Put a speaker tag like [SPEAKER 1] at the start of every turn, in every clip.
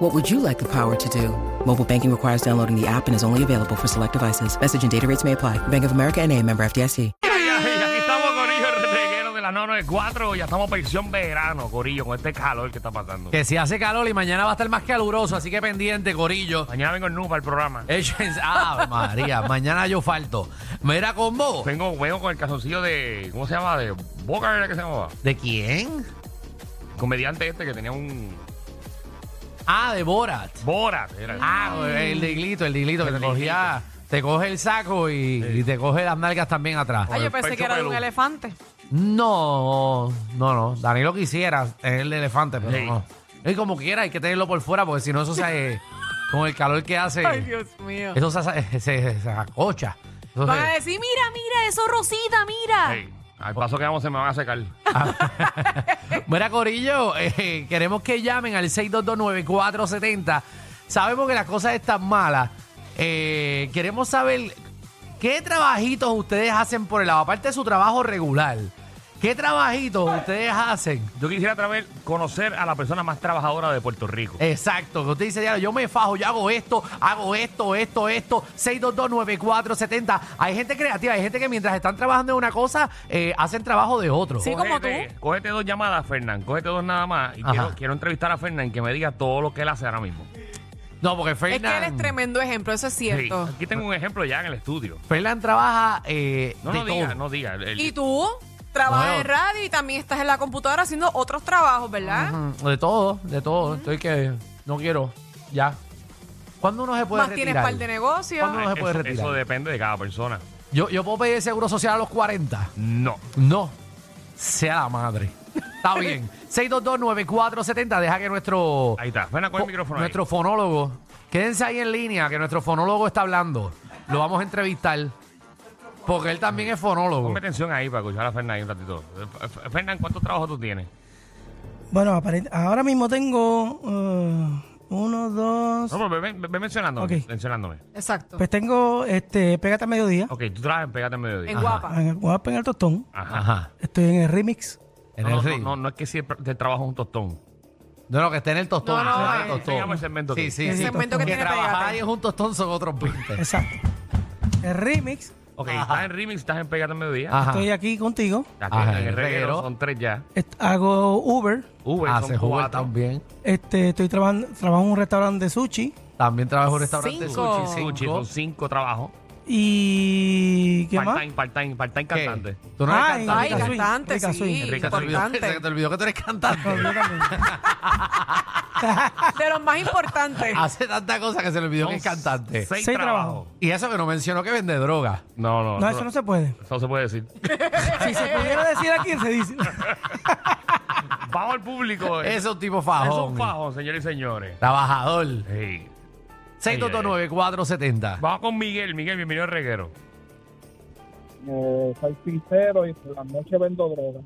[SPEAKER 1] What would you like the power to do? Mobile banking requires downloading the app and is only available for select devices. Message and data rates may apply. Bank of America and a member FDIC.
[SPEAKER 2] Ay, ay, Aquí estamos, Corillo, el reguero de la 994. Ya estamos versión verano, Corillo, con este calor que está pasando.
[SPEAKER 3] Que si hace calor y mañana va a estar más caluroso, así que pendiente, Corillo.
[SPEAKER 2] Mañana vengo en nu para el programa.
[SPEAKER 4] Eh.
[SPEAKER 3] Eso es- Ah, María, mañana yo falto. Mira, combo.
[SPEAKER 2] Vengo, vengo con el casoncillo de. ¿Cómo se llama? De Boca, ¿era que se llamaba?
[SPEAKER 3] ¿De quién?
[SPEAKER 2] Comediante este que tenía un.
[SPEAKER 3] Ah, de Borat.
[SPEAKER 2] Borat. Era.
[SPEAKER 3] Ah, el diglito, el diglito que
[SPEAKER 2] El
[SPEAKER 3] te cogía. Te coge el saco y, y te coge las nalgas también atrás.
[SPEAKER 2] Con
[SPEAKER 4] Ay,
[SPEAKER 2] el
[SPEAKER 4] yo pensé
[SPEAKER 2] pecho
[SPEAKER 4] que era de un
[SPEAKER 2] peludo.
[SPEAKER 4] elefante.
[SPEAKER 3] No, no, no. Danilo quisiera tener el elefante, pero
[SPEAKER 2] Sí.
[SPEAKER 3] no. Y como quiera, hay que tenerlo por fuera, porque si no, eso se. con el calor que hace,
[SPEAKER 4] Ay, Dios mío.
[SPEAKER 3] eso se, se, se- se acocha. Eso
[SPEAKER 4] Van
[SPEAKER 3] se-
[SPEAKER 4] a decir, mira, mira, eso rosita, mira.
[SPEAKER 2] Sí. Al paso que vamos se me van a secar.
[SPEAKER 3] Mira, Corillo, eh, queremos que llamen al 6229470. Sabemos que las cosas están malas. Eh, queremos saber qué trabajitos ustedes hacen por el lado, aparte de su trabajo regular. ¿Qué trabajitos ustedes hacen?
[SPEAKER 2] Yo quisiera traer, conocer a la persona más trabajadora de Puerto Rico.
[SPEAKER 4] Eh,
[SPEAKER 3] Exacto, que usted dice, "Diablo, yo me fajo, yo hago esto, hago esto, esto, esto, 6229470. Hay gente creativa, hay gente que mientras están trabajando en una cosa, eh, hacen trabajo de otro.
[SPEAKER 4] Sí, como tú.
[SPEAKER 2] Cógete- Cógete dos llamadas, Fernán. Cógete dos nada más. Y
[SPEAKER 3] Ajá.
[SPEAKER 2] quiero, quiero entrevistar a Fernán que me diga todo lo que él hace ahora mismo.
[SPEAKER 3] No, porque
[SPEAKER 4] Es que
[SPEAKER 3] Fernan,
[SPEAKER 4] él es tremendo ejemplo, eso es cierto.
[SPEAKER 2] Sí. Aquí tengo un ejemplo ya en el estudio.
[SPEAKER 3] Fernan trabaja eh,
[SPEAKER 2] No,
[SPEAKER 3] de
[SPEAKER 2] no diga,
[SPEAKER 3] todo.
[SPEAKER 2] no diga. El-
[SPEAKER 4] Y tú trabajas
[SPEAKER 3] Bueno.
[SPEAKER 4] en radio y también estás en la computadora haciendo otros trabajos, ¿verdad?
[SPEAKER 3] Ujú, De todo, de todo. Estoy que no quiero. Ya. ¿Cuándo uno se puede
[SPEAKER 4] Más tienes
[SPEAKER 3] retirar?
[SPEAKER 4] par de negocios.
[SPEAKER 3] ¿Cuándo no se puede
[SPEAKER 2] eso-
[SPEAKER 3] retirar?
[SPEAKER 2] eso depende de cada persona.
[SPEAKER 3] Yo, yo puedo pedir seguro social a los 40.
[SPEAKER 2] No.
[SPEAKER 3] No. Sea la madre. Está bien. 6229470. Deja que nuestro
[SPEAKER 2] Ahí está. Ven a coger el micrófono. ahí.
[SPEAKER 3] nuestro fonólogo. Quédense ahí en línea que nuestro fonólogo está hablando. Lo vamos a entrevistar. Porque él también es fonólogo.
[SPEAKER 2] Ponme atención ahí para escuchar a Fernán ahí un ratito. Eh, F- Fernán, ¿cuántos trabajos tú tienes?
[SPEAKER 5] Bueno, aparent- ahora mismo tengo eh, uno, dos.
[SPEAKER 2] No, pero ve, ve- ve mencionándome.
[SPEAKER 5] Ok.
[SPEAKER 2] Mencionándome.
[SPEAKER 4] Exacto.
[SPEAKER 5] Pues tengo este Pégate a Mediodía,
[SPEAKER 2] Ok, tú trabajas en Pégate al Mediodía.
[SPEAKER 4] en guapa.
[SPEAKER 5] en el Guapa en el Tostón.
[SPEAKER 2] Ajá.
[SPEAKER 3] Ajá.
[SPEAKER 5] Estoy en el remix.
[SPEAKER 3] En
[SPEAKER 2] No,
[SPEAKER 3] el
[SPEAKER 2] no,
[SPEAKER 3] ring.
[SPEAKER 2] no, no, no es que si el, el trabajo es un tostón.
[SPEAKER 3] No, no, que esté en el tostón.
[SPEAKER 4] No, no,
[SPEAKER 3] que esté en
[SPEAKER 4] eh,
[SPEAKER 3] el tostón.
[SPEAKER 2] tengamos el segmento
[SPEAKER 3] sí,
[SPEAKER 2] aquí.
[SPEAKER 3] sí,
[SPEAKER 5] El
[SPEAKER 3] sí.
[SPEAKER 5] segmento que
[SPEAKER 4] tiene
[SPEAKER 3] trabajar
[SPEAKER 4] Pégate.
[SPEAKER 3] y es un tostón son otros 20.
[SPEAKER 5] Exacto. El remix.
[SPEAKER 2] Ok,
[SPEAKER 3] Ajá.
[SPEAKER 2] estás en Remix, estás en Pégate al Mediodía.
[SPEAKER 3] Ajá.
[SPEAKER 5] Estoy aquí contigo.
[SPEAKER 2] Ya tienes
[SPEAKER 3] Ajá,
[SPEAKER 2] en el
[SPEAKER 3] el
[SPEAKER 2] reguero,
[SPEAKER 3] Ah, reguero.
[SPEAKER 2] son tres ya.
[SPEAKER 5] Est- hago Uber.
[SPEAKER 2] Uber
[SPEAKER 3] Ah,
[SPEAKER 2] son
[SPEAKER 3] se juega
[SPEAKER 2] cuatro.
[SPEAKER 3] también.
[SPEAKER 5] Este, estoy trabajando, trabajo en un restaurante de sushi.
[SPEAKER 3] También trabajo en un restaurante
[SPEAKER 4] Cinco.
[SPEAKER 3] sushi. cinco.
[SPEAKER 2] Sushi, son cinco trabajos.
[SPEAKER 5] Y qué más?
[SPEAKER 2] Part-time, part-time, part-time
[SPEAKER 3] ¿Qué?
[SPEAKER 2] cantante.
[SPEAKER 3] Tú no eres
[SPEAKER 5] Ay,
[SPEAKER 3] cantante.
[SPEAKER 4] Ay,
[SPEAKER 5] Rica swing,
[SPEAKER 4] cantante,
[SPEAKER 5] rica
[SPEAKER 4] sí.
[SPEAKER 5] swing.
[SPEAKER 3] Se te olvidó-
[SPEAKER 4] importante.
[SPEAKER 3] Se te olvidó que tú eres
[SPEAKER 5] No, yo
[SPEAKER 3] cantante.
[SPEAKER 5] también.
[SPEAKER 4] De los más importantes.
[SPEAKER 3] Hace tanta cosa que se le olvidó que es
[SPEAKER 2] Son
[SPEAKER 3] cantante.
[SPEAKER 2] Seis,
[SPEAKER 5] Seis
[SPEAKER 2] trabajos.
[SPEAKER 5] trabajos.
[SPEAKER 3] Y eso que no mencionó que vende droga.
[SPEAKER 2] No, no.
[SPEAKER 5] No, eso no se puede.
[SPEAKER 2] eso no se puede decir.
[SPEAKER 5] Si se pudiera decir aquí, se dice.
[SPEAKER 2] Vamos al público.
[SPEAKER 3] Ese
[SPEAKER 2] eh.
[SPEAKER 3] es un tipo
[SPEAKER 2] es un
[SPEAKER 3] fajón.
[SPEAKER 2] fajo, señores y señores.
[SPEAKER 3] Trabajador.
[SPEAKER 2] Sí. ay.
[SPEAKER 3] 629-470.
[SPEAKER 2] Vamos con Miguel. Miguel, bienvenido al reguero.
[SPEAKER 6] eh, soy sincero y por la noche vendo droga.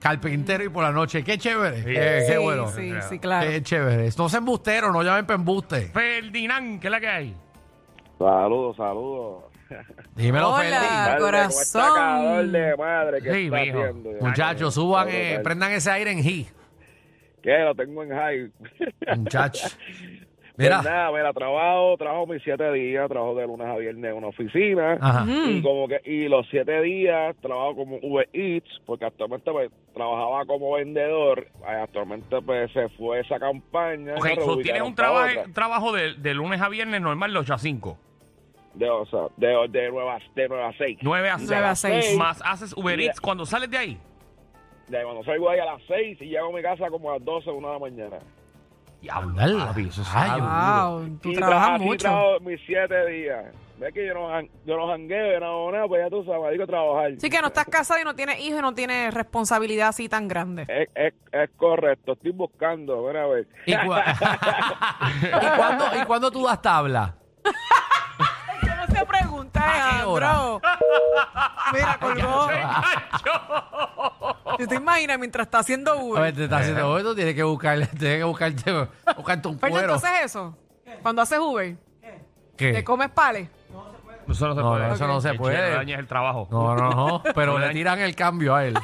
[SPEAKER 3] Carpintero y por la noche. Qué chévere.
[SPEAKER 2] Sí.
[SPEAKER 3] Eh,
[SPEAKER 4] Sí,
[SPEAKER 3] qué bueno.
[SPEAKER 4] Sí, sí, claro.
[SPEAKER 3] Qué chévere. No sean embusteros, no llamen para embuste.
[SPEAKER 2] Ferdinand, ¿qué es la que hay?
[SPEAKER 7] Saludos, saludos.
[SPEAKER 3] Dímelo,
[SPEAKER 4] Hola.
[SPEAKER 3] Feli.
[SPEAKER 7] Madre, ¿cómo está,
[SPEAKER 4] corazón.
[SPEAKER 7] calor de madre que
[SPEAKER 2] Sí,
[SPEAKER 7] está
[SPEAKER 2] mijo.
[SPEAKER 7] haciendo?
[SPEAKER 3] Muchachos, suban,
[SPEAKER 7] Todo
[SPEAKER 3] eh,
[SPEAKER 7] tal.
[SPEAKER 3] prendan ese aire en G.
[SPEAKER 7] Que lo tengo en high.
[SPEAKER 3] Muchachos.
[SPEAKER 7] Pues
[SPEAKER 3] Mira.
[SPEAKER 7] nada, mira, trabajo, trabajo mis siete días, trabajo de lunes a viernes en una oficina.
[SPEAKER 3] Ajá.
[SPEAKER 2] Mm.
[SPEAKER 7] Y como que, y los siete días trabajo como Uber Eats, porque actualmente pues, trabajaba como vendedor. Ay, Actualmente pues se fue esa campaña.
[SPEAKER 2] Ok,
[SPEAKER 7] se
[SPEAKER 2] so tienes
[SPEAKER 7] reubicaron
[SPEAKER 2] un,
[SPEAKER 7] para
[SPEAKER 2] trabajo-
[SPEAKER 7] otra.
[SPEAKER 2] un trabajo de, de lunes a viernes normal de 8 a 5.
[SPEAKER 7] De, o sea, de, de nueva, de nueva seis.
[SPEAKER 2] 9 a 6.
[SPEAKER 4] 9 a 6.
[SPEAKER 2] Más haces Uber
[SPEAKER 7] Mira.
[SPEAKER 2] Eats cuando sales de ahí.
[SPEAKER 7] De cuando salgo ahí a las seis y llego a mi casa como a las doce, una de la mañana.
[SPEAKER 3] Diablo,
[SPEAKER 2] papi, eso es
[SPEAKER 3] rayo.
[SPEAKER 4] Wow, tú
[SPEAKER 7] Y tra-
[SPEAKER 4] trabajas
[SPEAKER 7] así
[SPEAKER 4] mucho.
[SPEAKER 7] trabajo mis siete días. Ves que yo no, jan- yo no jangueo, yo no hago nada, pues ya tú sabes, digo trabajar.
[SPEAKER 4] Así que no estás casado y no tienes hijos y no tienes responsabilidad así tan grande.
[SPEAKER 7] Es, es, es correcto, estoy buscando, ven a ver.
[SPEAKER 3] ¿Y, cua- ¿Y cuándo, ¿Y cuándo tú das tabla?
[SPEAKER 4] ¿Cómo se pregunta?
[SPEAKER 3] ¿A qué
[SPEAKER 4] Alejandro?
[SPEAKER 3] ahora.
[SPEAKER 4] Alejandro. Mira, colgó. ¿Tú te imaginas mientras está haciendo
[SPEAKER 3] A ver,
[SPEAKER 4] Uber?
[SPEAKER 3] te está haciendo esto, tienes que buscarle, tienes que buscarte, buscarte un
[SPEAKER 4] Pero
[SPEAKER 3] cuero.
[SPEAKER 4] entonces eso, cuando haces Uber,
[SPEAKER 3] ¿Qué?
[SPEAKER 4] te comes pales.
[SPEAKER 2] Eso no se
[SPEAKER 3] No,
[SPEAKER 2] puede.
[SPEAKER 3] eso no se
[SPEAKER 2] Che,
[SPEAKER 3] puede.
[SPEAKER 2] No dañes el trabajo. No.
[SPEAKER 3] No, no, no, pero le tiran el cambio a él.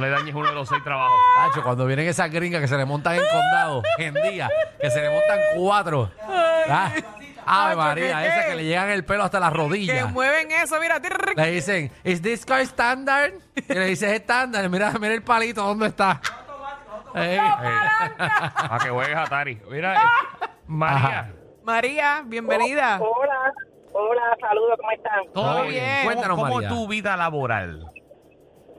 [SPEAKER 2] le dañes uno de los seis trabajos.
[SPEAKER 3] Tacho, cuando vienen esas gringas que se le montan en condado, en día, que se le montan cuatro. Ah, Ave
[SPEAKER 4] Tacho,
[SPEAKER 3] María,
[SPEAKER 4] ¿qué,
[SPEAKER 3] esas
[SPEAKER 4] qué?
[SPEAKER 3] que le llegan el pelo hasta las
[SPEAKER 4] Que
[SPEAKER 3] rodillas.
[SPEAKER 4] mueven eso, mira. tirr,
[SPEAKER 3] Le dicen, ¿is this car standard? Y le dices, estándar. Mira, mira el palito, ¿dónde está? Eh,
[SPEAKER 2] A que juegues Atari. Mira, eh, María.
[SPEAKER 3] Ajá.
[SPEAKER 4] María, bienvenida.
[SPEAKER 8] Hola, hola, saludos, ¿cómo están?
[SPEAKER 3] Todo
[SPEAKER 2] ¿cómo-
[SPEAKER 3] bien.
[SPEAKER 2] ¿Cómo,
[SPEAKER 3] Cuéntanos,
[SPEAKER 2] cómo
[SPEAKER 3] María.
[SPEAKER 2] es tu vida laboral?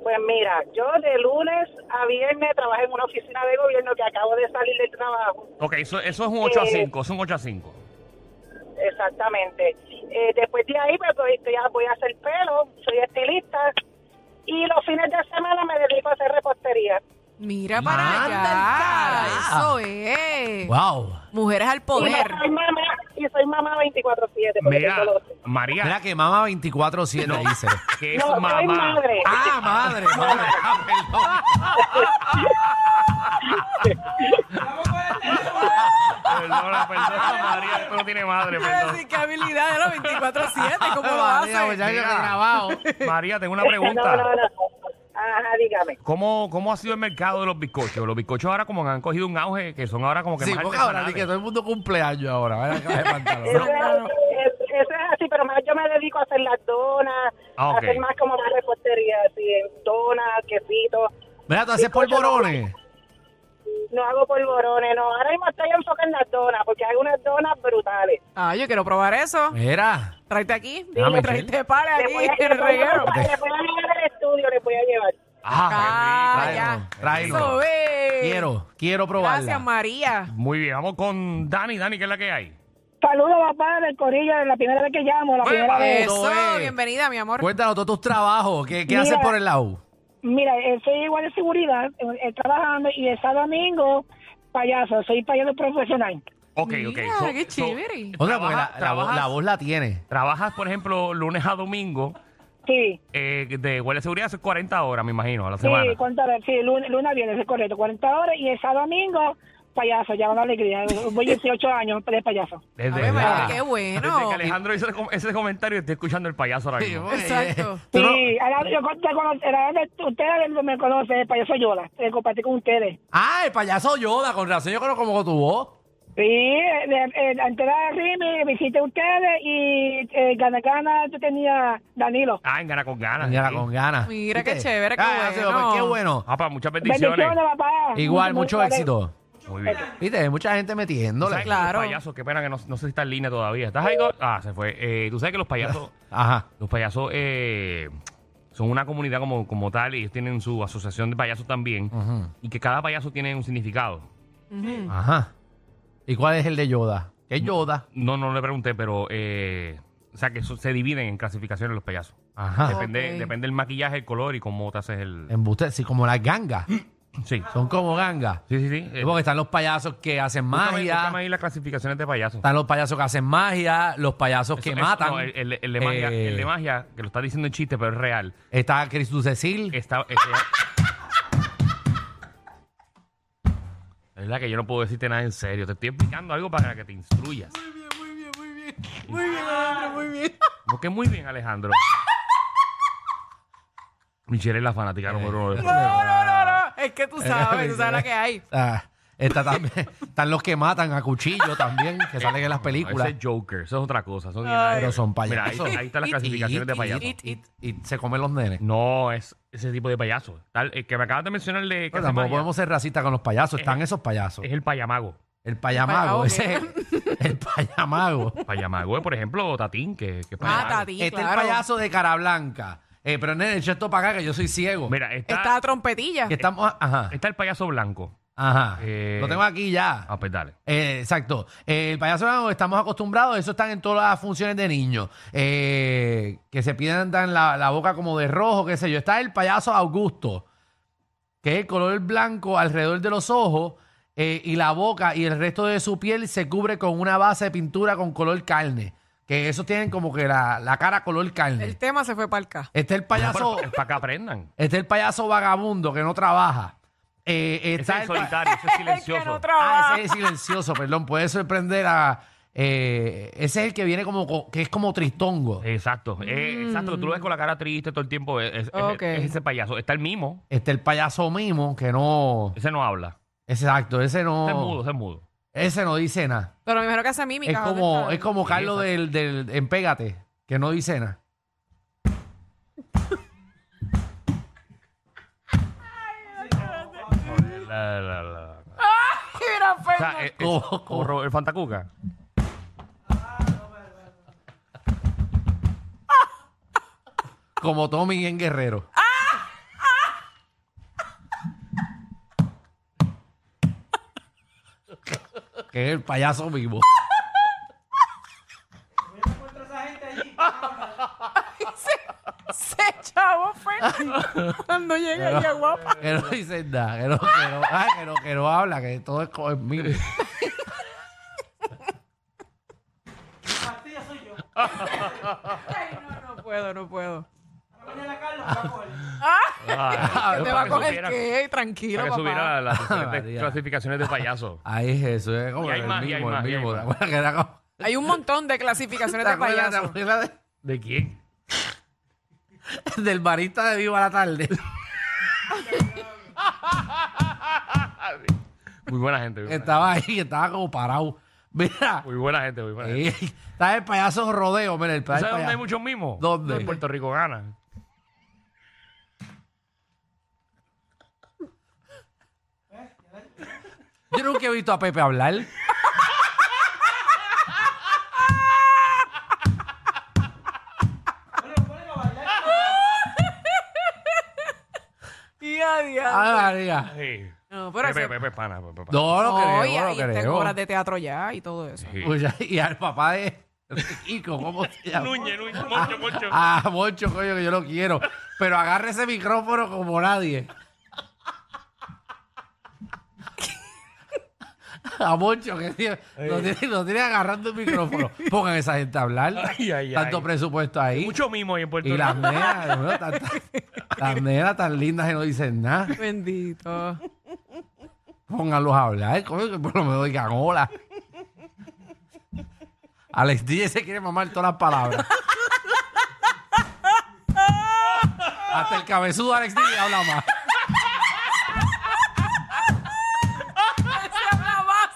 [SPEAKER 8] Pues mira, yo de lunes a viernes trabajé en una oficina de gobierno que acabo de salir del trabajo,
[SPEAKER 2] Ok, eso, eso es un 8 a
[SPEAKER 8] Eh,
[SPEAKER 2] 5. Es un 8 a 5.
[SPEAKER 8] exactamente. Eh, después de ahí, pues voy- ya voy a hacer pelo, soy estilista, y los fines de semana me dedico a hacer repostería.
[SPEAKER 4] Mira para
[SPEAKER 3] Manda
[SPEAKER 4] allá.
[SPEAKER 3] el cara.
[SPEAKER 4] Eso es.
[SPEAKER 3] wow.
[SPEAKER 4] Mujeres al
[SPEAKER 8] Y
[SPEAKER 4] poder.
[SPEAKER 8] soy mamá, y soy mamá 24-7. porque
[SPEAKER 2] Mira,
[SPEAKER 8] tengo doce.
[SPEAKER 2] María.
[SPEAKER 3] Mira que mamá 24-7 dice.
[SPEAKER 2] que es
[SPEAKER 8] No, soy
[SPEAKER 2] mamá.
[SPEAKER 8] madre.
[SPEAKER 3] Ah, madre, madre. Ah, perdón.
[SPEAKER 2] Perdona, perdona, María, tú no tiene madre,
[SPEAKER 4] Quiero
[SPEAKER 2] perdón.
[SPEAKER 4] decir, qué habilidad era 24-7. ¿Cómo lo
[SPEAKER 3] María, pues
[SPEAKER 4] haces?
[SPEAKER 3] ya que
[SPEAKER 2] Mira.
[SPEAKER 3] grabado.
[SPEAKER 2] María, tengo una
[SPEAKER 8] No, no,
[SPEAKER 2] pregunta.
[SPEAKER 8] no. Ajá, dígame.
[SPEAKER 2] ¿Cómo, ¿Cómo ha sido el mercado de los bizcochos? Los bizcochos ahora como que han cogido un auge, que son ahora como que
[SPEAKER 3] Sí,
[SPEAKER 2] más
[SPEAKER 3] porque ahora ni que
[SPEAKER 2] artesanales.
[SPEAKER 3] todo el mundo cumpleaños ahora. Mira, acaba de pantalón.
[SPEAKER 8] Eso, es, eso es así, pero más yo me dedico a hacer las donas,
[SPEAKER 2] Ah, ok.
[SPEAKER 8] a hacer más como más repostería, así, donas, quesitos.
[SPEAKER 3] Mira, tú haces polvorones.
[SPEAKER 8] No hago polvorones, no. Ahora mismo estoy enfocada en las donas, porque hay unas donas brutales.
[SPEAKER 4] Ah, yo quiero probar eso.
[SPEAKER 3] Mira.
[SPEAKER 4] Tráete aquí.
[SPEAKER 3] Ah,
[SPEAKER 4] Dime,
[SPEAKER 3] Michelle.
[SPEAKER 4] tráete pales
[SPEAKER 8] Le
[SPEAKER 4] aquí.
[SPEAKER 8] voy a
[SPEAKER 4] El
[SPEAKER 8] le voy a-
[SPEAKER 4] reguero.
[SPEAKER 8] le voy a llevar al estudio, le voy a llevar.
[SPEAKER 2] Ah,
[SPEAKER 4] Ah,
[SPEAKER 2] qué rico.
[SPEAKER 4] ya.
[SPEAKER 3] Tráelo.
[SPEAKER 4] Eso es.
[SPEAKER 3] Quiero, quiero probarla.
[SPEAKER 4] Gracias, María.
[SPEAKER 2] Muy bien, vamos con Dani. Dani, ¿qué es la que hay?
[SPEAKER 8] Saludos, papá, del Corillo, es la primera vez que llamo, la primera vez.
[SPEAKER 4] Eso,
[SPEAKER 3] es.
[SPEAKER 4] bienvenida, mi amor.
[SPEAKER 3] Cuéntanos todos tus trabajos. ¿Qué, qué
[SPEAKER 8] Mira.
[SPEAKER 3] haces por el lado?
[SPEAKER 8] Mira, eh, soy igual de seguridad, eh, eh, trabajando, y el sábado domingo, payaso, soy payaso profesional.
[SPEAKER 2] Ok,
[SPEAKER 4] Mira,
[SPEAKER 2] ok. So-
[SPEAKER 4] qué
[SPEAKER 2] so-
[SPEAKER 4] chévere.
[SPEAKER 3] Otra,
[SPEAKER 2] trabaja-
[SPEAKER 3] porque la, la voz,
[SPEAKER 2] trabajas-
[SPEAKER 3] la voz la tiene.
[SPEAKER 2] Trabajas, por ejemplo, lunes a domingo,
[SPEAKER 8] Sí,
[SPEAKER 2] eh, de huele de seguridad, son 40 horas, me imagino, a la
[SPEAKER 8] sí,
[SPEAKER 2] semana.
[SPEAKER 8] cuántas horas, sí, luna, luna viernes, es correcto, 40 horas, y el sábado domingo, payaso, ya una alegría, voy 18 años de payaso.
[SPEAKER 2] Desde,
[SPEAKER 4] Ave María,
[SPEAKER 2] verdad.
[SPEAKER 4] qué bueno.
[SPEAKER 2] Desde que Alejandro hizo el com- ese comentario, estoy escuchando el payaso ahora mismo.
[SPEAKER 4] Exacto.
[SPEAKER 8] Sí, ahora yo con- te cono- ahora de- ustedes me conocen, el payaso Yola, te compartí con ustedes.
[SPEAKER 3] Ah, el payaso Yoda, con razón yo conozco como tu voz.
[SPEAKER 8] Sí, eh, eh, antes de Rimi visité a ustedes y eh, gana gana yo tenía Danilo.
[SPEAKER 2] Ah, en gana con ganas.
[SPEAKER 3] Mira,
[SPEAKER 2] sí.
[SPEAKER 3] con ganas.
[SPEAKER 4] Mira,
[SPEAKER 3] ¿Viste?
[SPEAKER 4] qué chévere, qué
[SPEAKER 3] Ah, sí,
[SPEAKER 4] bueno.
[SPEAKER 3] pues, qué bueno.
[SPEAKER 2] Ah, para muchas bendiciones.
[SPEAKER 8] Bendiciones, papá.
[SPEAKER 3] Igual,
[SPEAKER 8] Muy-
[SPEAKER 3] mucho
[SPEAKER 8] muy-
[SPEAKER 3] éxito.
[SPEAKER 2] Muy bien.
[SPEAKER 3] Viste, hay mucha gente metiéndole.
[SPEAKER 2] ¿Sabes que
[SPEAKER 4] Claro.
[SPEAKER 2] Los payasos, qué pena que no, no sé si está en línea todavía. ¿Estás ahí? Gor? Ah, se fue. Eh, Tú sabes que los payasos,
[SPEAKER 3] Ajá.
[SPEAKER 2] los payasos eh, son una comunidad como, como tal y ellos tienen su asociación de payasos también.
[SPEAKER 3] Ujú.
[SPEAKER 2] Y que cada payaso tiene un significado.
[SPEAKER 4] Ujú.
[SPEAKER 3] Ajá. ¿Y cuál es el de Yoda? ¿Qué es Yoda?
[SPEAKER 2] No, no le pregunté, pero. eh, o sea, que eso- se dividen en clasificaciones los payasos.
[SPEAKER 3] Ajá.
[SPEAKER 2] Depende,
[SPEAKER 4] Ok.
[SPEAKER 2] depende del maquillaje, el color y cómo te haces el.
[SPEAKER 3] Embuste, sí, como las gangas.
[SPEAKER 2] Sí.
[SPEAKER 3] Son como gangas.
[SPEAKER 2] Sí, sí, sí.
[SPEAKER 3] Sí, porque están los payasos que hacen
[SPEAKER 2] Están
[SPEAKER 3] magia,
[SPEAKER 2] ahí las clasificaciones de payasos.
[SPEAKER 3] están los payasos que hacen magia, los payasos que
[SPEAKER 2] Eso- eso-
[SPEAKER 3] matan.
[SPEAKER 2] no, el, el- el de magia,
[SPEAKER 3] Eh,
[SPEAKER 2] el de magia, que lo está diciendo en chiste, pero es real.
[SPEAKER 3] Está Cristo Cecil.
[SPEAKER 2] Está, este- Es verdad que yo no puedo decirte nada en serio. Te estoy explicando algo para que te instruyas.
[SPEAKER 3] Muy bien, Alejandro, muy bien.
[SPEAKER 2] Como que muy bien, Alejandro. Michelle es la fanática
[SPEAKER 3] Eh.
[SPEAKER 2] número uno. de-
[SPEAKER 4] No, no, no, no. Es que tú sabes, tú sabes la que hay.
[SPEAKER 3] Ah, está también, están los que matan a cuchillo también, que salen en las películas.
[SPEAKER 2] Ese es Joker, eso es otra cosa. Son
[SPEAKER 3] Pero son
[SPEAKER 2] Mira, ahí,
[SPEAKER 3] payasos.
[SPEAKER 2] ahí están las clasificaciones de payasos.
[SPEAKER 3] Y, y- y se comen los nenes.
[SPEAKER 2] No es ese tipo de payaso. Tal, el que me acabas de mencionar el de que
[SPEAKER 3] Pero
[SPEAKER 2] hace
[SPEAKER 3] tampoco
[SPEAKER 2] magia,
[SPEAKER 3] podemos ser racistas con los payasos. Están esos payasos.
[SPEAKER 2] es el payamago.
[SPEAKER 3] El payamago,
[SPEAKER 4] El
[SPEAKER 3] ese
[SPEAKER 4] payamago,
[SPEAKER 3] es el payamago.
[SPEAKER 2] Payamago, es, por ejemplo, Tatín, que, que es
[SPEAKER 4] Ah,
[SPEAKER 2] payamago.
[SPEAKER 4] Tati,
[SPEAKER 3] Este es el
[SPEAKER 4] claro.
[SPEAKER 3] payaso de cara blanca. Eh, pero nene, echa esto para acá que yo soy ciego.
[SPEAKER 2] Mira, está,
[SPEAKER 4] Está trompetilla.
[SPEAKER 3] Que estamos. Ajá.
[SPEAKER 2] está el payaso blanco.
[SPEAKER 3] Ajá.
[SPEAKER 2] Eh,
[SPEAKER 3] Lo tengo aquí ya.
[SPEAKER 2] Ah, pues dale.
[SPEAKER 3] Eh, exacto. Eh, el payaso blanco estamos acostumbrados, eso están en todas las funciones de niños. Eh, que se pintan la, la boca como de rojo, qué sé yo. Está el payaso Augusto, que es el color blanco alrededor de los ojos eh, y la boca y el resto de su piel se cubre con una base de pintura con color carne. Que esos tienen como que la, la cara color carne.
[SPEAKER 4] El tema se fue para acá.
[SPEAKER 3] Está el payaso,
[SPEAKER 2] pues, Para, que aprendan.
[SPEAKER 3] está el payaso vagabundo que no trabaja. Eh,
[SPEAKER 2] Ese
[SPEAKER 3] está
[SPEAKER 2] es
[SPEAKER 3] el pa-
[SPEAKER 2] solitario, ese es
[SPEAKER 4] que
[SPEAKER 2] silencioso.
[SPEAKER 4] no
[SPEAKER 3] Ah,
[SPEAKER 4] trabaja.
[SPEAKER 3] ese es silencioso, perdón. Puede sorprender a. eh, ese es el que viene como. co- que es como tristongo.
[SPEAKER 2] Exacto, eh, exacto, que tú lo ves con la cara triste todo el tiempo, es, es- es-
[SPEAKER 4] Ok.
[SPEAKER 2] es ese payaso. Está el mimo,
[SPEAKER 3] Está Este, el payaso mimo, que no.
[SPEAKER 2] ese no habla,
[SPEAKER 3] Exacto, ese no.
[SPEAKER 2] ese es mudo, ese es mudo.
[SPEAKER 3] Ese no dice nada.
[SPEAKER 4] Pero me imagino que hace mímica.
[SPEAKER 3] Es
[SPEAKER 4] ¿dónde
[SPEAKER 3] como,
[SPEAKER 4] está?
[SPEAKER 3] es como Carlos del, del en Pégate, que no dice nada.
[SPEAKER 2] La- la- la- la.
[SPEAKER 4] Mira,
[SPEAKER 2] O sea,
[SPEAKER 3] eh,
[SPEAKER 4] Fernan.
[SPEAKER 2] es- es-
[SPEAKER 3] Cojo,
[SPEAKER 2] como Ro- el Fantacuca.
[SPEAKER 3] Como Tommy en Guerrero. que es el payaso mimo.
[SPEAKER 4] Se chavo Fernan. Cuando llega ella guapa.
[SPEAKER 3] Que no dice nada. Que no, que no- ah, que no- que no habla, que todo es, co- es mimo.
[SPEAKER 4] Ay, no, no puedo, no puedo.
[SPEAKER 2] Ah,
[SPEAKER 4] Te
[SPEAKER 2] para
[SPEAKER 4] va a
[SPEAKER 2] que
[SPEAKER 4] coger
[SPEAKER 2] supiera-
[SPEAKER 4] qué, tranquilo,
[SPEAKER 2] Para que
[SPEAKER 4] papá.
[SPEAKER 2] subiera las diferentes
[SPEAKER 3] María.
[SPEAKER 2] clasificaciones de payaso.
[SPEAKER 3] Ahí Jesús, es como
[SPEAKER 2] Y hay
[SPEAKER 3] el
[SPEAKER 2] más, y hay
[SPEAKER 3] mimo,
[SPEAKER 2] más,
[SPEAKER 3] el
[SPEAKER 2] y hay
[SPEAKER 3] mimo. ¿Te
[SPEAKER 2] más.
[SPEAKER 3] acuerdas que era como-
[SPEAKER 4] Hay un montón de clasificaciones
[SPEAKER 3] ¿Te
[SPEAKER 4] de
[SPEAKER 3] acuerdas- te
[SPEAKER 4] payasos.
[SPEAKER 3] acuerdas de-
[SPEAKER 2] ¿De quién?
[SPEAKER 3] del barista de Viva la Tarde.
[SPEAKER 2] Muy buena gente. Muy
[SPEAKER 3] que
[SPEAKER 2] buena,
[SPEAKER 3] estaba ahí, que estaba como parado. Mira,
[SPEAKER 2] muy buena gente, muy buena gente.
[SPEAKER 3] eh, está el payaso rodeo, mira, el
[SPEAKER 2] ¿Tú
[SPEAKER 3] payaso.
[SPEAKER 2] ¿Sabes dónde hay muchos mimos?
[SPEAKER 3] ¿Dónde?
[SPEAKER 2] En Puerto Rico gana.
[SPEAKER 3] Yo nunca he visto a Pepe hablar.
[SPEAKER 4] Y a diablo.
[SPEAKER 3] Ah, María.
[SPEAKER 2] Sí.
[SPEAKER 4] No, pero
[SPEAKER 2] Pepe,
[SPEAKER 4] ese-
[SPEAKER 2] Pepe, pana, Pepe, pana.
[SPEAKER 3] No, no
[SPEAKER 4] No, y
[SPEAKER 3] creo, no
[SPEAKER 4] ahí están obras
[SPEAKER 3] creo.
[SPEAKER 4] de teatro ya y todo eso.
[SPEAKER 2] Sí.
[SPEAKER 3] Pues ya- y al papá de Kiko, ¿cómo se llama?
[SPEAKER 2] Núñez, Núñez, Moncho, Moncho.
[SPEAKER 3] Ah, Moncho, coño, que yo lo quiero. Pero agarre ese micrófono como nadie. A Moncho, que tiene- lo, tiene, lo tiene agarrando el micrófono. Pongan a esa gente a hablar.
[SPEAKER 2] Ay, ay,
[SPEAKER 3] Tanto
[SPEAKER 2] ay.
[SPEAKER 3] presupuesto ahí.
[SPEAKER 2] Mucho mimo ahí en Puerto
[SPEAKER 3] y
[SPEAKER 2] Rico.
[SPEAKER 3] las nenas, Dios mío, tan- tan- las nenas tan lindas que no dicen nada.
[SPEAKER 4] Bendito.
[SPEAKER 3] Pónganlos a hablar, coño, que por lo menos digan hola. Alex DJ se quiere mamar todas las palabras. Hasta el cabezudo Alex DJ habla más.
[SPEAKER 4] Se habla más.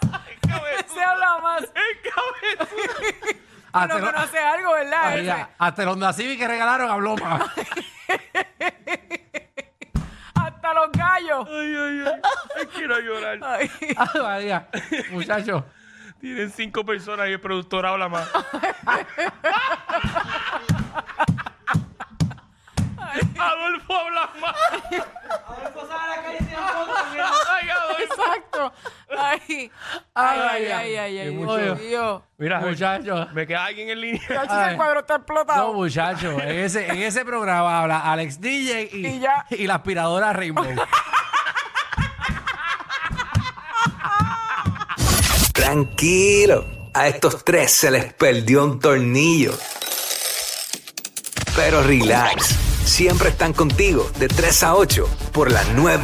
[SPEAKER 4] Se habla más.
[SPEAKER 3] Hasta
[SPEAKER 4] No
[SPEAKER 3] el,
[SPEAKER 4] conoce algo, ¿verdad?
[SPEAKER 3] María,
[SPEAKER 4] Ese.
[SPEAKER 3] hasta el Honda Civic que regalaron habló más.
[SPEAKER 4] Hasta los gallos.
[SPEAKER 2] Ay, ay, ay. Ay, quiero llorar.
[SPEAKER 4] Ay,
[SPEAKER 3] Ay, María, muchachos.
[SPEAKER 2] Tienen cinco personas y el productor habla más. Adolfo habla más. Ay, Adolfo.
[SPEAKER 4] exacto. Ay, ay, ay, ay, ay. ay,
[SPEAKER 3] mucho.
[SPEAKER 4] Dios.
[SPEAKER 2] Mira,
[SPEAKER 3] Muchachos.
[SPEAKER 2] me queda alguien en línea.
[SPEAKER 4] Cacho, ese
[SPEAKER 3] Ay.
[SPEAKER 4] cuadro está
[SPEAKER 3] No,
[SPEAKER 4] explotado.
[SPEAKER 3] muchachos. En ese, en ese programa habla Alex DJ y,
[SPEAKER 4] Y ya.
[SPEAKER 3] y la aspiradora Rainbow.
[SPEAKER 9] Tranquilo, a estos tres se les perdió un tornillo. Pero relax, siempre están contigo de 3 a 8 por la nueva.